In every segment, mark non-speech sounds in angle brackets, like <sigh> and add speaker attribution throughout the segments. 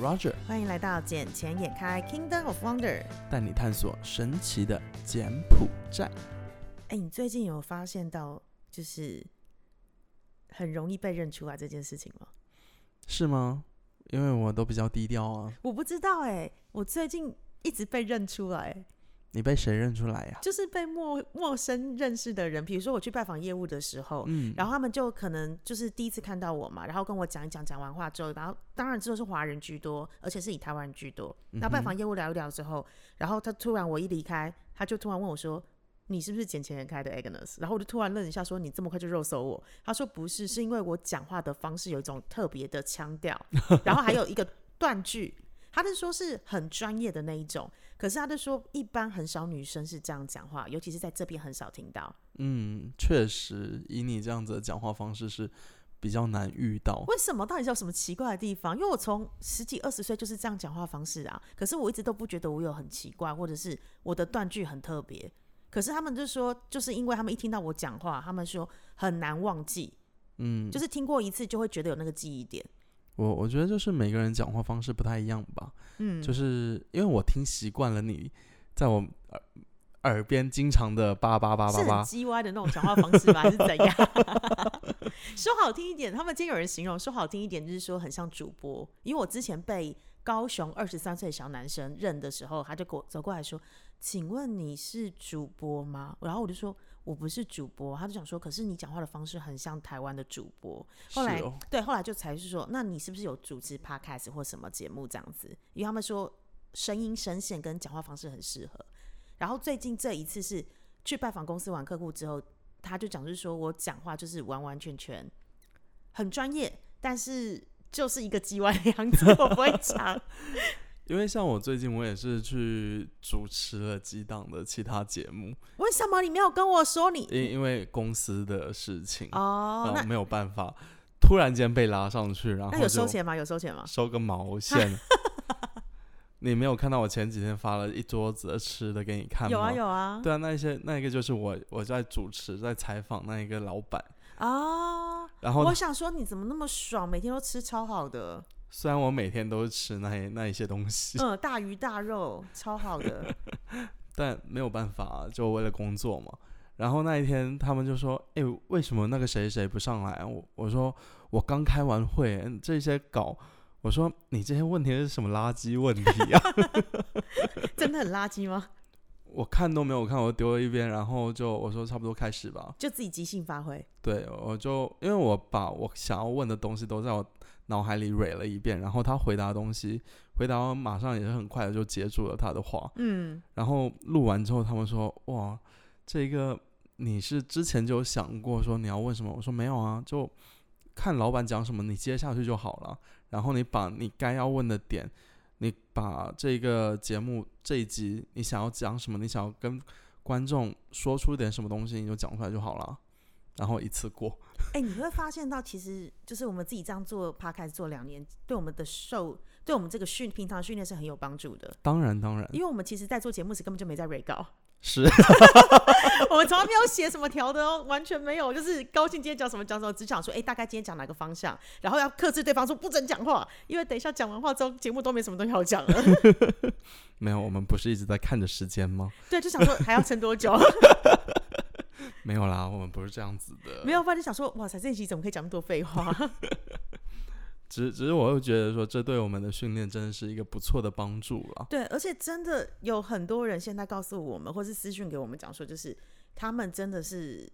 Speaker 1: Roger，
Speaker 2: 欢迎来到《捡钱眼开 Kingdom of Wonder》。
Speaker 1: 带你探索神奇的柬埔寨。
Speaker 2: 哎，你最近有发现到就是很容易被认出来这件事情吗？
Speaker 1: 是吗？因为我都比较低调啊。
Speaker 2: 我不知道哎、我最近一直被认出来，
Speaker 1: 你被谁认出来呀、
Speaker 2: 就是被陌陌生认识的人，比如说我去拜访业务的时候。
Speaker 1: 嗯，
Speaker 2: 然后他们就可能就是第一次看到我嘛，然后跟我讲一讲，讲完话之后，然后当然之后是华人居多，而且是以台湾人居多。
Speaker 1: 嗯
Speaker 2: 那拜访业务聊一聊之后，然后他突然我一离开，他就突然问我说：“你是不是捡钱人开的 Agnes？” 然后我就突然愣一下，说：“你这么快就肉搜我？”他说：“不是，是因为我讲话的方式有一种特别的腔调， <laughs> 然后还有一个断句。”他是说是很专业的那一种，可是他就说一般很少女生是这样讲话，尤其是在这边很少听到。
Speaker 1: 嗯，确实，以你这样子的讲话方式是比较难遇到。
Speaker 2: 为什么？到底是有什么奇怪的地方？因为我从十几二十岁就是这样讲话方式啊，可是我一直都不觉得我有很奇怪，或者是我的断句很特别。可是他们就说，就是因为他们一听到我讲话，他们说很难忘记，
Speaker 1: 嗯，
Speaker 2: 就是听过一次就会觉得有那个记忆点。
Speaker 1: 我我觉得就是每个人讲话方式不太一样吧。
Speaker 2: 嗯，
Speaker 1: 就是因为我听习惯了你在我耳耳边经常的叭叭叭叭
Speaker 2: 是很
Speaker 1: 叭，
Speaker 2: 叽歪的那种讲话方式吗？还是怎样？说好听一点，他们今天有人形容说好听一点，就是说很像主播。因为我之前被高雄二十三岁小男生认的时候，他就给我走过来说：“请问你是主播吗？”然后我就说：“我不是主播。”他就想说：“可是你讲话的方式很像台湾的主播。”后来、
Speaker 1: 是哦，
Speaker 2: 对，后来就才是说：“那你是不是有主持 podcast 或什么节目这样子？”因为他们说声音、声线跟讲话方式很适合。然后最近这一次是去拜访公司玩客户之后，他就讲是说我讲话就是完完全全很专业，但是就是一个叽歪的样子，我不会讲。 <laughs>
Speaker 1: 因为像我最近我也是去主持了几档的其他节目，
Speaker 2: 为什么你没有跟我说你？
Speaker 1: 因因为公司的事情，然
Speaker 2: 哦，
Speaker 1: 后
Speaker 2: 那
Speaker 1: 没有办法，突然间被拉上去，嗯然后
Speaker 2: 那有收
Speaker 1: 就
Speaker 2: 钱吗？有收钱吗？
Speaker 1: 收个毛线。 <laughs> 你没有看到我前几天发了一桌子的吃的给你看吗？
Speaker 2: 有啊有啊。
Speaker 1: 对啊，那一些那一个就是我我在主持在采访那一个老板，
Speaker 2: 哦，
Speaker 1: 然后
Speaker 2: 我想说你怎么那么爽，每天都吃超好的，
Speaker 1: 虽然我每天都吃那一那一些东西，
Speaker 2: 嗯，大鱼大肉超好的，
Speaker 1: 但没有办法、啊，就为了工作嘛。然后那一天他们就说：“哎、为什么那个谁谁不上来啊？”我我说：“我刚开完会，嗯这些稿。”我说：“你这些问题是什么垃圾问题啊？ <laughs>
Speaker 2: 真的很垃圾吗？
Speaker 1: 我看都没有看，我丢了一边，然后就我说差不多开始吧。
Speaker 2: 就自己即兴发挥，
Speaker 1: 对，我就因为我把我想要问的东西都在我脑海里蕊了一遍，然后他回答的东西，回答完马上也是很快的就接住了他的话。
Speaker 2: 嗯，
Speaker 1: 然后录完之后，他们说：“哇，这个你是之前就有想过说你要问什么？”我说：“没有啊，就看老板讲什么，你接下去就好了。然后你把你该要问的点，你把这个节目这一集你想要讲什么，你想要跟观众说出点什么东西，你就讲出来就好了。然后一次过，
Speaker 2: 哎、你会发现到，其实就是我们自己这样做 podcast 做两年，对我们的受，对我们这个训平常训练是很有帮助的。
Speaker 1: 当然当然
Speaker 2: 因为我们其实，在做节目时根本就没在 re 稿， <laughs>
Speaker 1: 是 <laughs>
Speaker 2: 我们从来没有写什么条的哦，完全没有，就是高兴今天讲什么讲什么，只想说，哎、大概今天讲哪个方向，然后要克制对方说不准讲话，因为等一下讲完话之后，节目都没什么东西好讲了。
Speaker 1: 没有，我们不是一直在看着时间吗？ <laughs>
Speaker 2: 对，就想说还要撑多久？ <laughs>
Speaker 1: 没有啦，我们不是这样子的。
Speaker 2: 没有，不然就想说，哇塞，这一集怎么可以讲那么多废话？
Speaker 1: 只只是我又觉得说，这对我们的训练真的是一个不错的帮助啊了。
Speaker 2: 对，而且真的有很多人现在告诉我们，或是私讯给我们讲说，就是他们真的是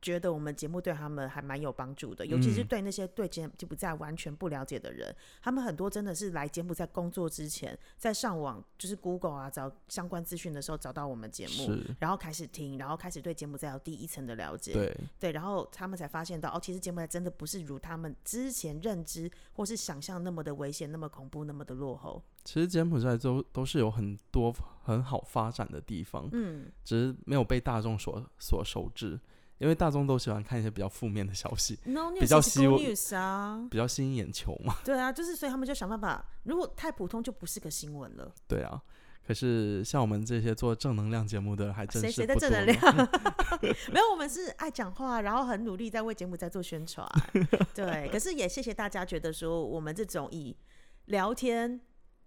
Speaker 2: 觉得我们节目对他们还蛮有帮助的，尤其是
Speaker 1: 嗯
Speaker 2: 对那些对柬柬埔寨完全不了解的人，他们很多真的是来柬埔寨工作之前，在上网就是 Google 啊找相关资讯的时候找到我们节目。
Speaker 1: 是，
Speaker 2: 然后开始听，然后开始对柬埔寨有第一层的了解，
Speaker 1: 对，
Speaker 2: 对然后他们才发现到，哦，其实柬埔寨真的不是如他们之前认知或是想象那么的危险、那么恐怖、那么的落后。
Speaker 1: 其实柬埔寨都都是有很多很好发展的地方，
Speaker 2: 嗯，
Speaker 1: 只是没有被大众所所熟知，因为大众都喜欢看一些比较负面的消息，
Speaker 2: No news
Speaker 1: 比较
Speaker 2: is
Speaker 1: 希
Speaker 2: good
Speaker 1: 望
Speaker 2: news 啊，
Speaker 1: 比较吸引眼球嘛。
Speaker 2: 对啊，就是所以他们就想办法，如果太普通就不是个新闻了。
Speaker 1: 对啊，可是像我们这些做正能量节目的，还真
Speaker 2: 谁
Speaker 1: 是
Speaker 2: 谁在
Speaker 1: 不多
Speaker 2: 正能
Speaker 1: 呢。
Speaker 2: 量？ <laughs> 没有，我们是爱讲话，然后很努力在为节目在做宣传。对，可是也谢谢大家觉得说我们这种以聊天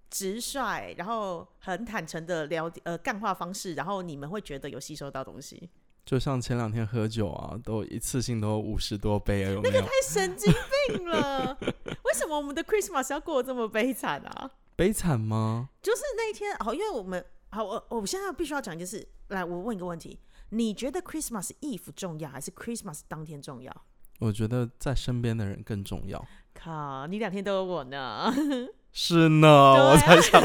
Speaker 2: 直率，然后很坦诚的聊呃干话方式，然后你们会觉得有吸收到东
Speaker 1: <laughs>
Speaker 2: 西。
Speaker 1: 就像前两天喝酒啊，都一次性都五十多杯啊了，有没有？
Speaker 2: 太哎神经病了！为什么我们的 Christmas 要过得这么悲惨啊？
Speaker 1: 悲惨吗？
Speaker 2: 就是那一天，好，因为我们好，我我现在必须要讲一件事。来，我问一个问题：你觉得 Christmas Eve 重要还是 Christmas 当天重要？
Speaker 1: 我觉得在身边的人更重要。
Speaker 2: 靠，你两天都有我呢。
Speaker 1: 是呢，我才想，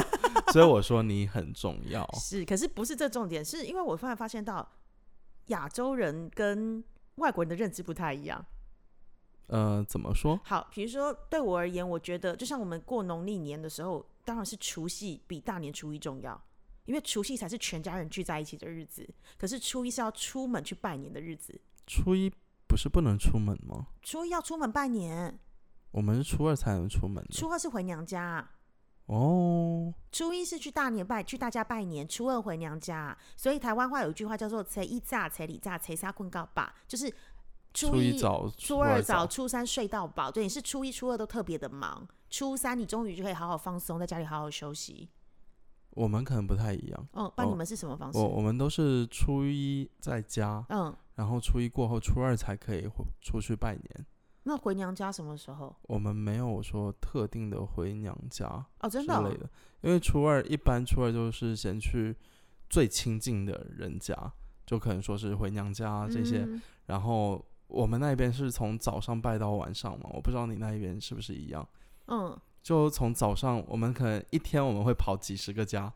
Speaker 1: 所以我说你很重要。
Speaker 2: <laughs> 是，可是不是这重点，是因为我突然发现到亚洲人跟外国人的认知不太一样。
Speaker 1: 呃，怎么说？
Speaker 2: 好，比如说对我而言，我觉得就像我们过农历年的时候，当然是除夕比大年初一重要，因为除夕才是全家人聚在一起的日子。可是初一是要出门去拜年的日子，
Speaker 1: 初一不是不能出门吗？
Speaker 2: 初一要出门拜年，
Speaker 1: 我们是初二才能出门的。
Speaker 2: 初二是回娘家，啊
Speaker 1: 哦，
Speaker 2: 初一是去大年拜，去大家拜年，初二回娘家。啊所以台湾话有一句话叫做“初一炸，初里炸，初三困告吧”，就是初
Speaker 1: 初一早，
Speaker 2: 初
Speaker 1: 二
Speaker 2: 二早，初三睡到饱。对，你是初一、初二都特别的忙，初三你终于就可以好好放松，在家里好好休息。
Speaker 1: 我们可能不太一样。
Speaker 2: 哦，那你
Speaker 1: 哦
Speaker 2: 们是什么方式？
Speaker 1: 我我们都是初一在家，
Speaker 2: 嗯，
Speaker 1: 然后初一过后，初二才可以回出去拜年。
Speaker 2: 那回娘家什么时候？
Speaker 1: 我们没有说特定的回娘家
Speaker 2: 哦，
Speaker 1: 之
Speaker 2: 真的哦、
Speaker 1: 类的，因为初二一般初二就是先去最亲近的人家，就可能说是回娘家啊这些，
Speaker 2: 嗯
Speaker 1: 然后我们那边是从早上拜到晚上嘛，我不知道你那边是不是一样。
Speaker 2: 嗯，
Speaker 1: 就从早上，我们可能一天我们会跑几十个家，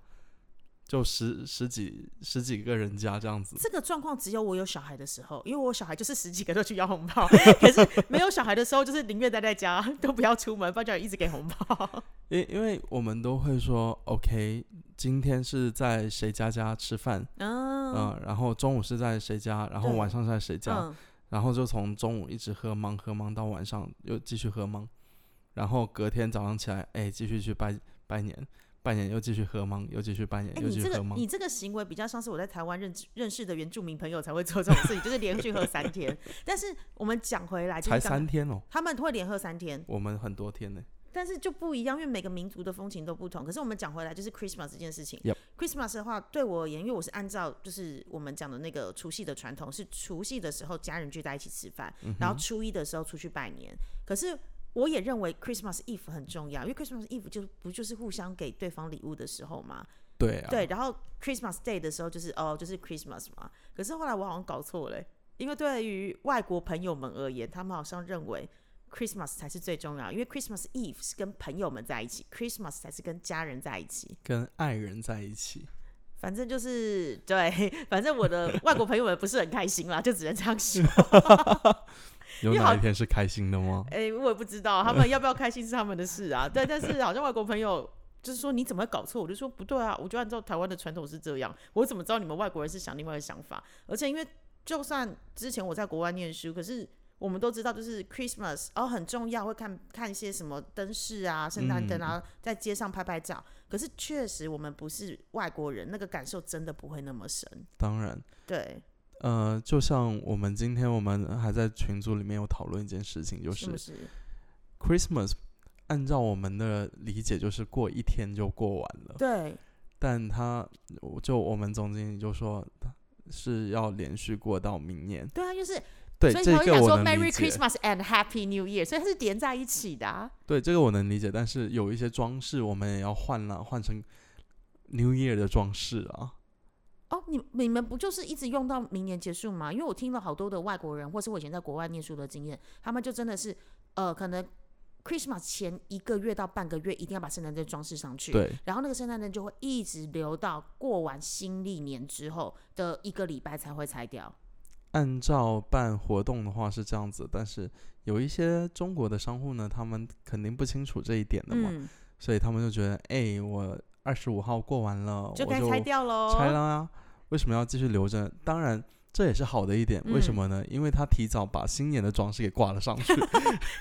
Speaker 1: 就十十几十几个人家这样子。
Speaker 2: 这个状况只有我有小孩的时候，因为我小孩就是十几个都去要红 <laughs> 包，可是没有小孩的时候，就是宁愿待在家，都不要出门，不然就一直给红包。
Speaker 1: 因因为我们都会说，OK，今天是在谁家家吃饭，
Speaker 2: 嗯
Speaker 1: 嗯、然后中午是在谁家，然后
Speaker 2: 对
Speaker 1: 晚上是在谁家，
Speaker 2: 嗯，
Speaker 1: 然后就从中午一直喝芒喝芒到晚上又继续喝芒，然后隔天早上起来，哎，继续去拜拜年，拜年又继续喝芒，又继续拜年，
Speaker 2: 哎、
Speaker 1: 又
Speaker 2: 你
Speaker 1: 继
Speaker 2: 这
Speaker 1: 续
Speaker 2: 个
Speaker 1: 喝芒。
Speaker 2: 你这个行为比较像是我在台湾认知认识的原住民朋友才会做这种事情，就是连续喝三
Speaker 1: <laughs>
Speaker 2: 天。但是我们讲回来，就是
Speaker 1: 才
Speaker 2: 刚刚
Speaker 1: 三天哦，
Speaker 2: 他们会连喝三天，
Speaker 1: 我们很多天呢。
Speaker 2: 但是就不一样，因为每个民族的风情都不同。可是我们讲回来，就是 Christmas 这件事情。
Speaker 1: Yep
Speaker 2: Christmas 的话，对我而言，因为我是按照就是我们讲的那个除夕的传统，是除夕的时候家人聚在一起吃饭，然后初一的时候出去拜年。可是我也认为 Christmas Eve 很重要，因为 Christmas Eve 就不就是互相给对方礼物的时候吗？
Speaker 1: 对啊，
Speaker 2: 对，然后 Christmas Day 的时候就是哦，就是 Christmas 嘛。可是后来我好像搞错了欸，因为对于外国朋友们而言，他们好像认为 Christmas 才是最重要，因为 Christmas Eve 是跟朋友们在一起，Christmas 才是跟家人在一起。
Speaker 1: 跟爱人在一起。
Speaker 2: 反正就是对， <laughs> 反正我的外国朋友们不是很开心啦，就只能这样说。
Speaker 1: 有
Speaker 2: 因为
Speaker 1: 哪
Speaker 2: 好
Speaker 1: 一天是开心的吗？
Speaker 2: 哎、我也不知道他们要不要开心是他们的事啊。对，但是好像外国朋友就是说你怎么会搞错？我就说不对啊，我就按照台湾的传统是这样，我怎么知道你们外国人是想另外的想法？而且因为就算之前我在国外念书，可是我们都知道，就是 Christmas 哦很重要，会看看一些什么灯饰啊、圣诞灯
Speaker 1: 嗯
Speaker 2: 啊，在街上拍拍照。可是确实我们不是外国人，那个感受真的不会那么深。
Speaker 1: 当然，
Speaker 2: 对，
Speaker 1: 呃，就像我们今天我们还在群组里面有讨论一件事情，就是是
Speaker 2: 不是？
Speaker 1: Christmas，按照我们的理解就是过一天就过完了，
Speaker 2: 对，
Speaker 1: 但他我就我们总经理就说他是要连续过到明年，
Speaker 2: 对啊，就是
Speaker 1: 对
Speaker 2: 所以
Speaker 1: 这
Speaker 2: 才会
Speaker 1: 个
Speaker 2: 想
Speaker 1: 我
Speaker 2: 说
Speaker 1: 能
Speaker 2: Merry
Speaker 1: 理解，
Speaker 2: Christmas and Happy New Year，所以它是连在一起的、啊。
Speaker 1: 对这个我能理解，但是有一些装饰我们也要换了，换成 New Year 的装饰啊，
Speaker 2: 哦，你你们不就是一直用到明年结束吗？因为我听了好多的外国人，或是我以前在国外念书的经验，他们就真的是，呃，可能 Christmas 前一个月到半个月一定要把圣诞灯装饰上去，
Speaker 1: 对，
Speaker 2: 然后那个圣诞灯就会一直留到过完新历年之后的一个礼拜才会拆掉。
Speaker 1: 按照办活动的话是这样子，但是有一些中国的商户呢，他们肯定不清楚这一点的嘛，
Speaker 2: 嗯，
Speaker 1: 所以他们就觉得，哎、我二十五号过完了，
Speaker 2: 就
Speaker 1: 我
Speaker 2: 该
Speaker 1: 就
Speaker 2: 拆掉喽。
Speaker 1: 拆了啊，为什么要继续留着？当然。这也是好的一点，为什
Speaker 2: 嗯
Speaker 1: 么呢？因为他提早把新年的装饰给挂了上
Speaker 2: <laughs>
Speaker 1: 去。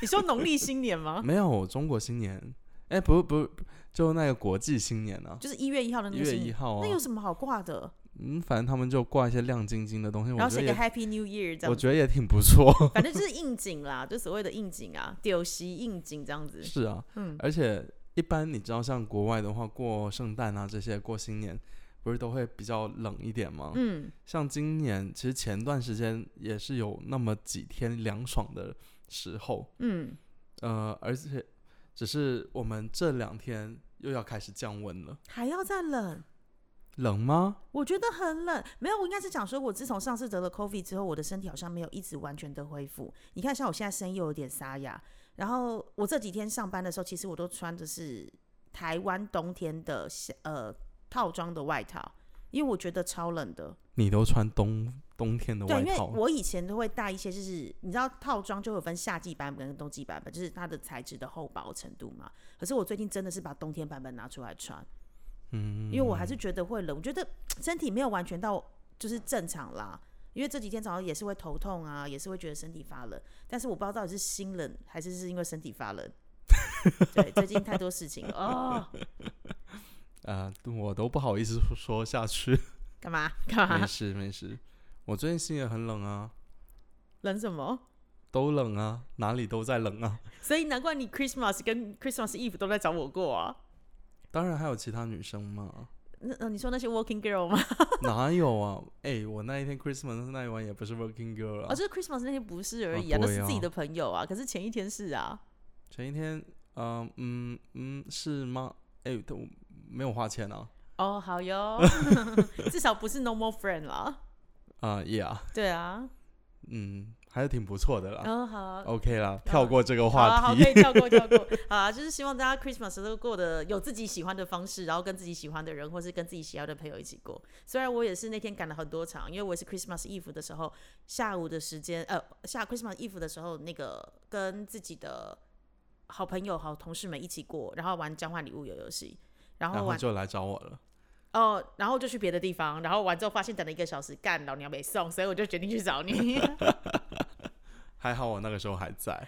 Speaker 2: 你说农历新年
Speaker 1: <laughs>
Speaker 2: 吗？
Speaker 1: 没有中国新年，哎，不不，就那个国际新年啊，
Speaker 2: 就是一月一号的
Speaker 1: 一
Speaker 2: 那个
Speaker 1: 月
Speaker 2: 新
Speaker 1: 一
Speaker 2: 年，
Speaker 1: 号
Speaker 2: 那
Speaker 1: 啊
Speaker 2: 有，什么好挂的？
Speaker 1: 嗯，反正他们就挂一些亮晶晶的东西，我
Speaker 2: 然后
Speaker 1: 觉
Speaker 2: 写
Speaker 1: 得
Speaker 2: 个
Speaker 1: 也，
Speaker 2: Happy New Year 这
Speaker 1: 我
Speaker 2: 样子，
Speaker 1: 觉得也挺不错。
Speaker 2: <laughs> 反正就是应景啦，就所谓的应景啊，丢席应景这样子。
Speaker 1: 是啊，
Speaker 2: 嗯
Speaker 1: 而且一般你知道，像国外的话，过圣诞啊这些，过新年，不是都会比较冷一点吗？
Speaker 2: 嗯，
Speaker 1: 像今年，其实前段时间也是有那么几天凉爽的时候，
Speaker 2: 嗯，
Speaker 1: 呃，而且只是我们这两天又要开始降温了，
Speaker 2: 还要再冷，
Speaker 1: 冷吗？
Speaker 2: 我觉得很冷。没有，我应该是讲说，我自从上次得了 COVID 之后，我的身体好像没有一直完全的恢复。你看，像我现在声音又有点沙哑，然后我这几天上班的时候，其实我都穿的是台湾冬天的夏呃套装的外套，因为我觉得超冷的。
Speaker 1: 你都穿冬冬天的
Speaker 2: 对，
Speaker 1: 外
Speaker 2: 因为
Speaker 1: 套，
Speaker 2: 我以前都会带一些，就是你知道套装就有分夏季版本跟冬季版本，就是它的材质的厚薄程度嘛。可是我最近真的是把冬天版本拿出来穿，
Speaker 1: 嗯，
Speaker 2: 因为我还是觉得会冷，我觉得身体没有完全到就是正常啦。因为这几天早上也是会头痛啊，也是会觉得身体发冷，但是我不知道到底是心冷还是是因为身体发冷。对，最近太多事情了哦，
Speaker 1: 呃，我都不好意思说 <laughs> 说下去，
Speaker 2: 干嘛干
Speaker 1: 没
Speaker 2: 嘛？
Speaker 1: 事没事，我最近心也很冷啊，
Speaker 2: 冷什么？
Speaker 1: 都冷啊，哪里都在冷啊。
Speaker 2: 所以难怪你 Christmas 跟 Christmas Eve 都在找我过啊。
Speaker 1: 当然还有其他女生嘛，
Speaker 2: 那、呃、你说那些 working girl 吗？
Speaker 1: 哪有啊？哎、我那一天 Christmas 那一晚也不是 working girl 啊
Speaker 2: <laughs> 哦，，就是 Christmas 那天不是而
Speaker 1: 啊
Speaker 2: 已啊，那
Speaker 1: 对
Speaker 2: 是自己
Speaker 1: 啊
Speaker 2: 的朋友啊。可是前一天是啊，
Speaker 1: 前一天，嗯嗯嗯，是吗？哎、都没有花钱啊，
Speaker 2: 哦，好哟， <laughs> 至少不是 normal friend 啦。
Speaker 1: 啊、也啊，
Speaker 2: 对啊，
Speaker 1: 嗯，还是挺不错的啦。
Speaker 2: 嗯、好。
Speaker 1: OK 啦，跳过这个
Speaker 2: 好啊，
Speaker 1: 话
Speaker 2: 好，
Speaker 1: 题。
Speaker 2: 可以跳过，跳
Speaker 1: <laughs>
Speaker 2: 过。好啊，就是希望大家 Christmas 都过得有自己喜欢的方式，然后跟自己喜欢的人，或是跟自己喜爱的朋友一起过。虽然我也是那天赶了很多场，因为我也是 Christmas Eve 的时候，下午的时间，呃，下 Christmas Eve 的时候，那个跟自己的好朋友、好同事们一起过，然后玩交换礼物游游戏，然
Speaker 1: 然
Speaker 2: 后
Speaker 1: 后
Speaker 2: 玩
Speaker 1: 就来找我了。
Speaker 2: 哦，然后就去别的地方，然后完之后发现等了一个小时，干老娘没送，所以我就决定去找
Speaker 1: <laughs>
Speaker 2: 你。
Speaker 1: 还好我那个时候还在，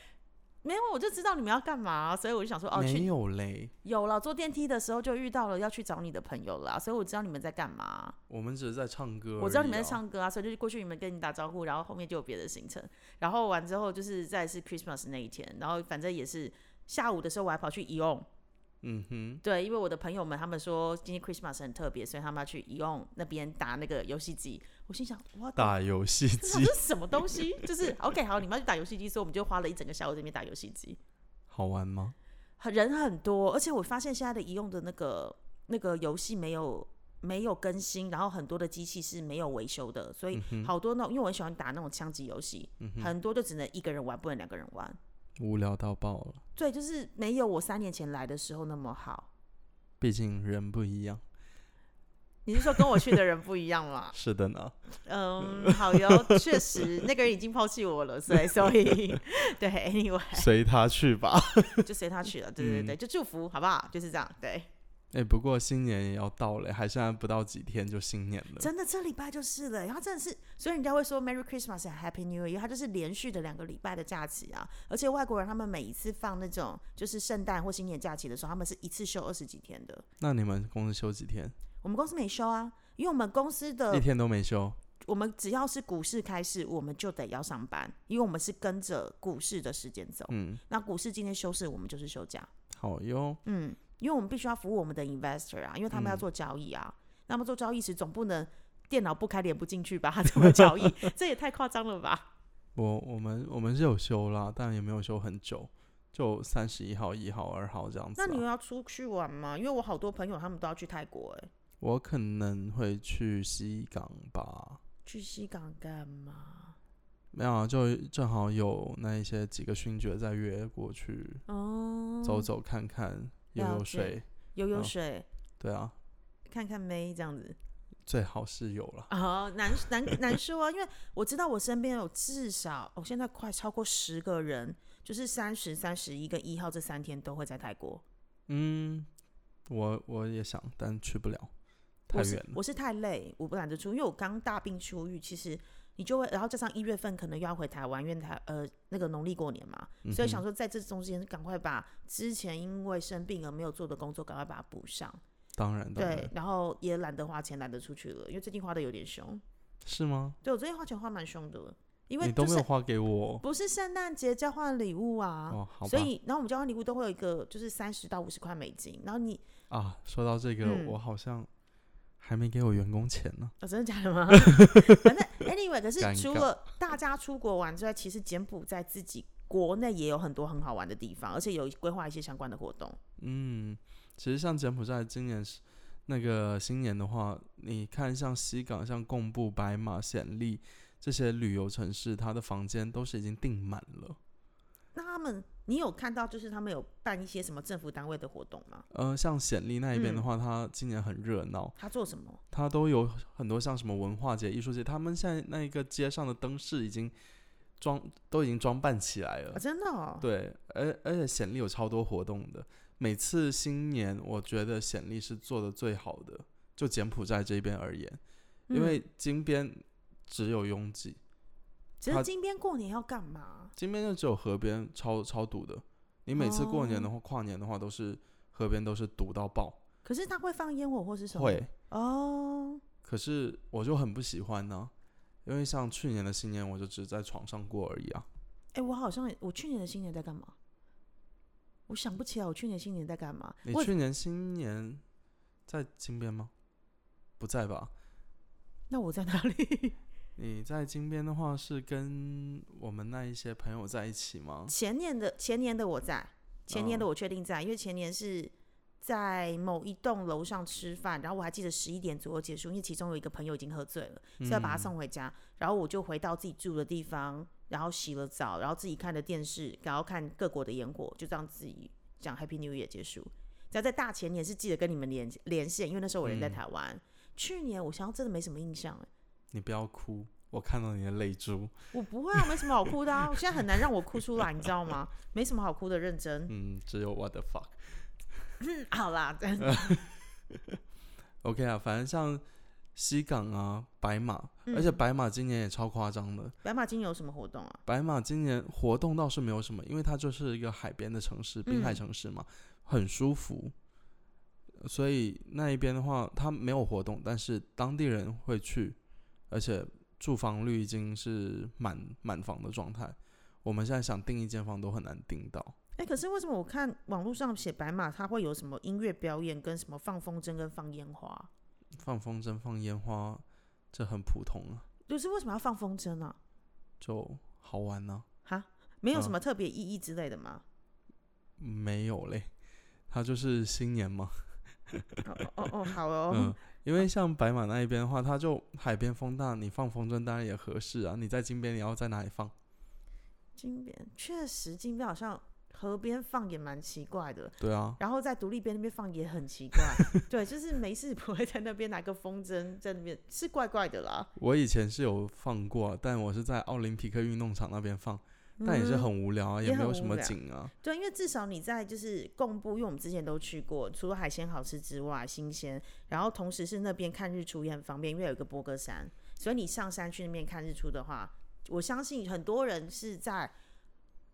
Speaker 2: 没有，我就知道你们要干嘛，所以我就想说，哦，
Speaker 1: 没
Speaker 2: 去
Speaker 1: 有嘞。
Speaker 2: 有了，坐电梯的时候就遇到了要去找你的朋友啦，所以我知道你们在干嘛，
Speaker 1: 我们只是在唱歌、哦
Speaker 2: 我知道你们在。唱歌啊，所以就过去你们跟你打招呼，然后后面就有别的行程，然后完之后就是再是 Christmas 那一天，然后反正也是下午的时候我还跑去 Eon，
Speaker 1: 嗯哼，
Speaker 2: 对，因为我的朋友们他们说今天 Christmas 很特别，所以他们要去 Eon 那边打那个游戏机，我心想，我打。
Speaker 1: 打游戏
Speaker 2: 这 <laughs> 想这
Speaker 1: 机，
Speaker 2: 是什么东西？就是 OK，好，你们要去打游戏机，所以我们就花了一整个下午在那边打游戏机，
Speaker 1: 好玩吗？
Speaker 2: 很人很多，而且我发现现在的移用的那个那个游戏没有没有更新，然后很多的机器是没有维修的，所以好多那种，因为我很喜欢打那种枪击游戏，很多就只能一个人玩，不能两个人玩。
Speaker 1: 嗯无聊到爆了，
Speaker 2: 对，就是没有我三年前来的时候那么好。
Speaker 1: 毕竟人不一样。？
Speaker 2: 你是说跟我去的人不一样吗
Speaker 1: <laughs> 是的呢，
Speaker 2: 嗯，好哟，确实那个人已经抛弃我了，所以 <laughs> 所以对，anyway。
Speaker 1: 随他去吧。
Speaker 2: 就随他去了。对对对，就祝福好不好？就是这样。对，
Speaker 1: 哎、不过新年也要到了，还剩下不到几天就新年了。
Speaker 2: 真的这礼拜就是了。然后真的是，所以人家会说 Merry Christmas and Happy New Year，因为它就是连续的两个礼拜的假期啊。而且外国人他们每一次放那种就是圣诞或新年假期的时候，他们是一次休二十几天的。
Speaker 1: 那你们公司休几天？
Speaker 2: 我们公司没休啊，因为我们公司
Speaker 1: <laughs> 一
Speaker 2: 的
Speaker 1: 天都没休。
Speaker 2: 我们只要是股市开市，我们就得要上班，因为我们是跟着股市的时间走。
Speaker 1: 嗯，
Speaker 2: 那股市今天休市，我们就是休假。
Speaker 1: 好哟。
Speaker 2: 嗯，因为我们必须要服务我们的 investor 啊，因为他们要做交易啊。那么做交易时，总不能电脑不开连不进去吧？他怎么交易？ <laughs> 这也太夸张了 <laughs> 吧？
Speaker 1: 我我们我们是有休啦，但也没有休很久，就三十一号、一号、二号这样子
Speaker 2: 那
Speaker 1: 啊、
Speaker 2: 你们要出去玩吗？因为我好多朋友他们都要去泰国、欸，
Speaker 1: 我可能会去西港吧，
Speaker 2: 去西港干嘛？
Speaker 1: 没有、啊，就正好有那一些几个勋爵在约过去
Speaker 2: 哦，
Speaker 1: 走走看看，游
Speaker 2: 了
Speaker 1: 游
Speaker 2: 解
Speaker 1: 水。
Speaker 2: 游游
Speaker 1: 哦
Speaker 2: 水，
Speaker 1: 对啊，
Speaker 2: 看看妹这样子。
Speaker 1: 最好是有了。
Speaker 2: 哦，难难难说啊，因为我知道我身边有至少，我、哦、现在快超过十个人，就是三十、三十一跟一号这三天都会在泰国。
Speaker 1: 嗯，我我也想，但去不了，太
Speaker 2: 我
Speaker 1: 远
Speaker 2: 是
Speaker 1: 了。
Speaker 2: 我是太累，我不懒得出，因为我刚大病初愈，其实你就会，然后加上一月份可能又要回台湾，因为台呃那个农历过年嘛，
Speaker 1: 嗯
Speaker 2: 所以想说在这中间赶快把之前因为生病而没有做的工作赶快把它补上，
Speaker 1: 当然，当
Speaker 2: 对
Speaker 1: 然，
Speaker 2: 然后也懒得花钱，懒得出去了，因为最近花的有点凶，
Speaker 1: 是吗？
Speaker 2: 对我最近花钱花蛮凶的，因为
Speaker 1: 你都
Speaker 2: 就
Speaker 1: 没
Speaker 2: 是
Speaker 1: 有花给我
Speaker 2: 不是圣诞节交换礼物啊。
Speaker 1: 哦，好吧
Speaker 2: 所以，然后我们交换礼物都会有一个，就是三十到五十块美金。然后你，
Speaker 1: 啊，说到这个，
Speaker 2: 嗯
Speaker 1: 我好像还没给我员工钱呢。
Speaker 2: 哦，真的假的
Speaker 1: <laughs>
Speaker 2: 吗？反正 anyway，可是
Speaker 1: 尴
Speaker 2: 除
Speaker 1: 尬
Speaker 2: 了大家出国玩之外，其实柬埔寨自己国内也有很多很好玩的地方，而且有规划一些相关的活动。
Speaker 1: 嗯，其实像柬埔寨今年是那个新年的话，你看像西港、像贡布、白马、暹粒这些旅游城市，它的房间都是已经订满了。
Speaker 2: 那他们，你有看到就是他们有办一些什么政府单位的活动吗？
Speaker 1: 呃，像暹粒那一边的
Speaker 2: 嗯
Speaker 1: 话，它今年很热闹，
Speaker 2: 他做什么？
Speaker 1: 它都有很多像什么文化节、艺术节，他们现在那一个街上的灯饰已经装都已经装扮起来了
Speaker 2: 啊，。真的哦，
Speaker 1: 呃对，而而且显力有超多活动的。每次新年，我觉得显力是做的最好的，就柬埔寨这边而言，
Speaker 2: 嗯
Speaker 1: 因为金边只有拥挤，
Speaker 2: 只
Speaker 1: 他
Speaker 2: 是金边过年要干嘛？
Speaker 1: 金边就只有河边超超堵的。你每次过年的话，
Speaker 2: 哦
Speaker 1: 跨年的话都是河边都是堵到爆，
Speaker 2: 可是他会放烟火或是什么？
Speaker 1: 会。
Speaker 2: 哦，
Speaker 1: 可是我就很不喜欢呢、因为像去年的新年，我就只在床上过而已啊。
Speaker 2: 哎、我好像也我去年的新年在干嘛？我想不起来我去年新年在干嘛。
Speaker 1: 你
Speaker 2: 我
Speaker 1: 去年新年在金边吗？不在吧？
Speaker 2: 那我在哪里？
Speaker 1: 你在金边的话是跟我们那一些朋友在一起吗？
Speaker 2: 前年的前年的我在，前年的我确定在，因为前年是在某一栋楼上吃饭，然后我还记得十一点左右结束，因为其中有一个朋友已经喝醉了，所以要把他送回家，然后我就回到自己住的地方，然后洗了澡，然后自己看着电视，然后看各国的烟火，就这样自己讲 Happy New Year 结束。只要在大前年是记得跟你们连连线，因为那时候我人在
Speaker 1: 嗯
Speaker 2: 台湾。去年我想要真的没什么印象，欸
Speaker 1: 你不要哭，我看到你的泪珠。
Speaker 2: 我不会啊，没什么好哭的啊，我现在很难让我哭出来，你知道吗？没什么好哭的，认真。
Speaker 1: 嗯，只有 what the fuck。
Speaker 2: 嗯好啦，但
Speaker 1: 呃 OK 啊，反正像西港啊、白马，
Speaker 2: 嗯
Speaker 1: 而且白马今年也超夸张的。
Speaker 2: 白马金有什么活动啊？
Speaker 1: 白马今年活动倒是没有什么，因为它就是一个海边的城市，滨海
Speaker 2: 嗯
Speaker 1: 城市嘛，很舒服。所以那一边的话，它没有活动，但是当地人会去，而且住房率已经是满满房的状态。我们现在想订一间房都很难订到。
Speaker 2: 哎、可是为什么我看网络上写白马，它会有什么音乐表演，跟什么放风筝跟放烟花？
Speaker 1: 放风筝、放烟花，这很普通啊，
Speaker 2: 就是为什么要放风筝啊？
Speaker 1: 就好玩呢、
Speaker 2: 哈，没有
Speaker 1: 嗯
Speaker 2: 什么特别意义之类的吗？
Speaker 1: 没有嘞，它就是新年嘛。
Speaker 2: 哦哦哦，好哦，
Speaker 1: 嗯，因为像白马那一边的话，它就海边风大，你放风筝当然也合适啊。你在金边，你要在哪里放？
Speaker 2: <laughs> 金边确实，金边好像河边放也蛮奇怪的。
Speaker 1: 对啊，
Speaker 2: 然后在独立边那边放也很奇怪， <laughs> 对，就是没事不会在那边拿个风筝在那边，是怪怪的啦。
Speaker 1: 我以前是有放过，但我是在奥林匹克运动场那边放，但也是
Speaker 2: 嗯
Speaker 1: 很无聊啊，
Speaker 2: 也
Speaker 1: 也没
Speaker 2: 很
Speaker 1: 有什
Speaker 2: 无
Speaker 1: 么
Speaker 2: 聊
Speaker 1: 景啊。
Speaker 2: 对，因为至少你在就是贡布，因为我们之前都去过，除了海鲜好吃之外，新鲜，然后同时是那边看日出也很方便，因为有一个波哥山，所以你上山去那边看日出的话，我相信很多人是在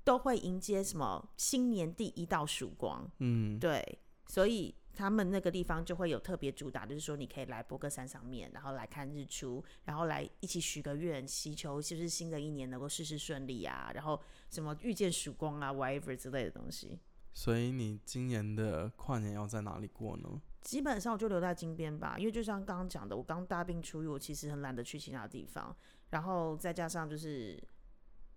Speaker 2: 都会迎接什么新年第一道曙光，
Speaker 1: 嗯，
Speaker 2: 对，所以他们那个地方就会有特别主打，就是说你可以来波哥山上面，然后来看日出，然后来一起许个愿，祈求是不是新的一年能够事事顺利啊，然后什么遇见曙光 <laughs> 啊，whatever 之类的东西。
Speaker 1: 所以你今年的跨年要在哪里过呢？
Speaker 2: 基本上我就留在金边吧，因为就像刚刚讲的，我刚大病初愈，我其实很懒得去其他地方，然后再加上就是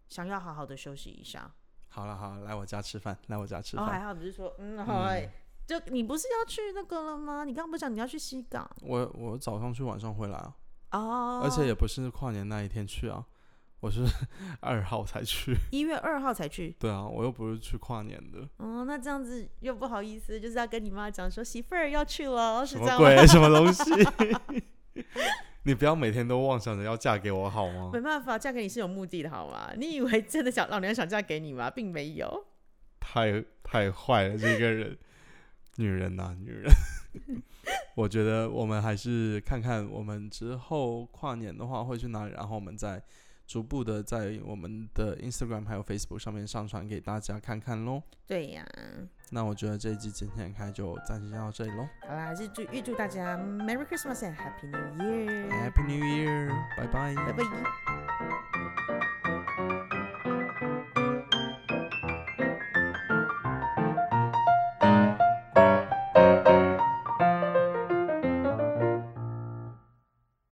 Speaker 2: 想要好好的休息一下。
Speaker 1: 好了好了，来我家吃饭，来我家吃
Speaker 2: 哦，
Speaker 1: 饭。
Speaker 2: 还好，不是说嗯，好、哎就你不是要去那个了吗？你刚刚不是讲你要去西港
Speaker 1: 我我早上去，晚上回来啊，
Speaker 2: 哦？
Speaker 1: 而且也不是跨年那一天去啊，我是 <laughs> 二号才去。 <laughs>
Speaker 2: 一月二号才去。
Speaker 1: 对啊，我又不是去跨年的，
Speaker 2: 哦，那这样子又不好意思，就是要跟你妈讲说媳妇儿要去了，哦是
Speaker 1: 什
Speaker 2: 这
Speaker 1: 么
Speaker 2: 样吗？
Speaker 1: 鬼？什么东西？ <laughs> 你不要每天都妄想着要嫁给我好吗
Speaker 2: 没？办法，嫁给你是有目的的好吗？ <laughs> 你以为真的想老娘想嫁给你吗？并没有。
Speaker 1: 太太坏了，这个人，女人呐、女人。 <laughs> 我觉得我们还是看看我们之后跨年的话会去哪里，然后我们再逐步的在我们的 Instagram 还有 Facebook 上面上传给大家看看喽。
Speaker 2: 对呀、
Speaker 1: 那我觉得这一集今天开就暂时先到这里喽。
Speaker 2: 好啦，就祝预祝大家 Merry Christmas and Happy New Year，
Speaker 1: Happy New Year，拜拜
Speaker 2: 拜拜。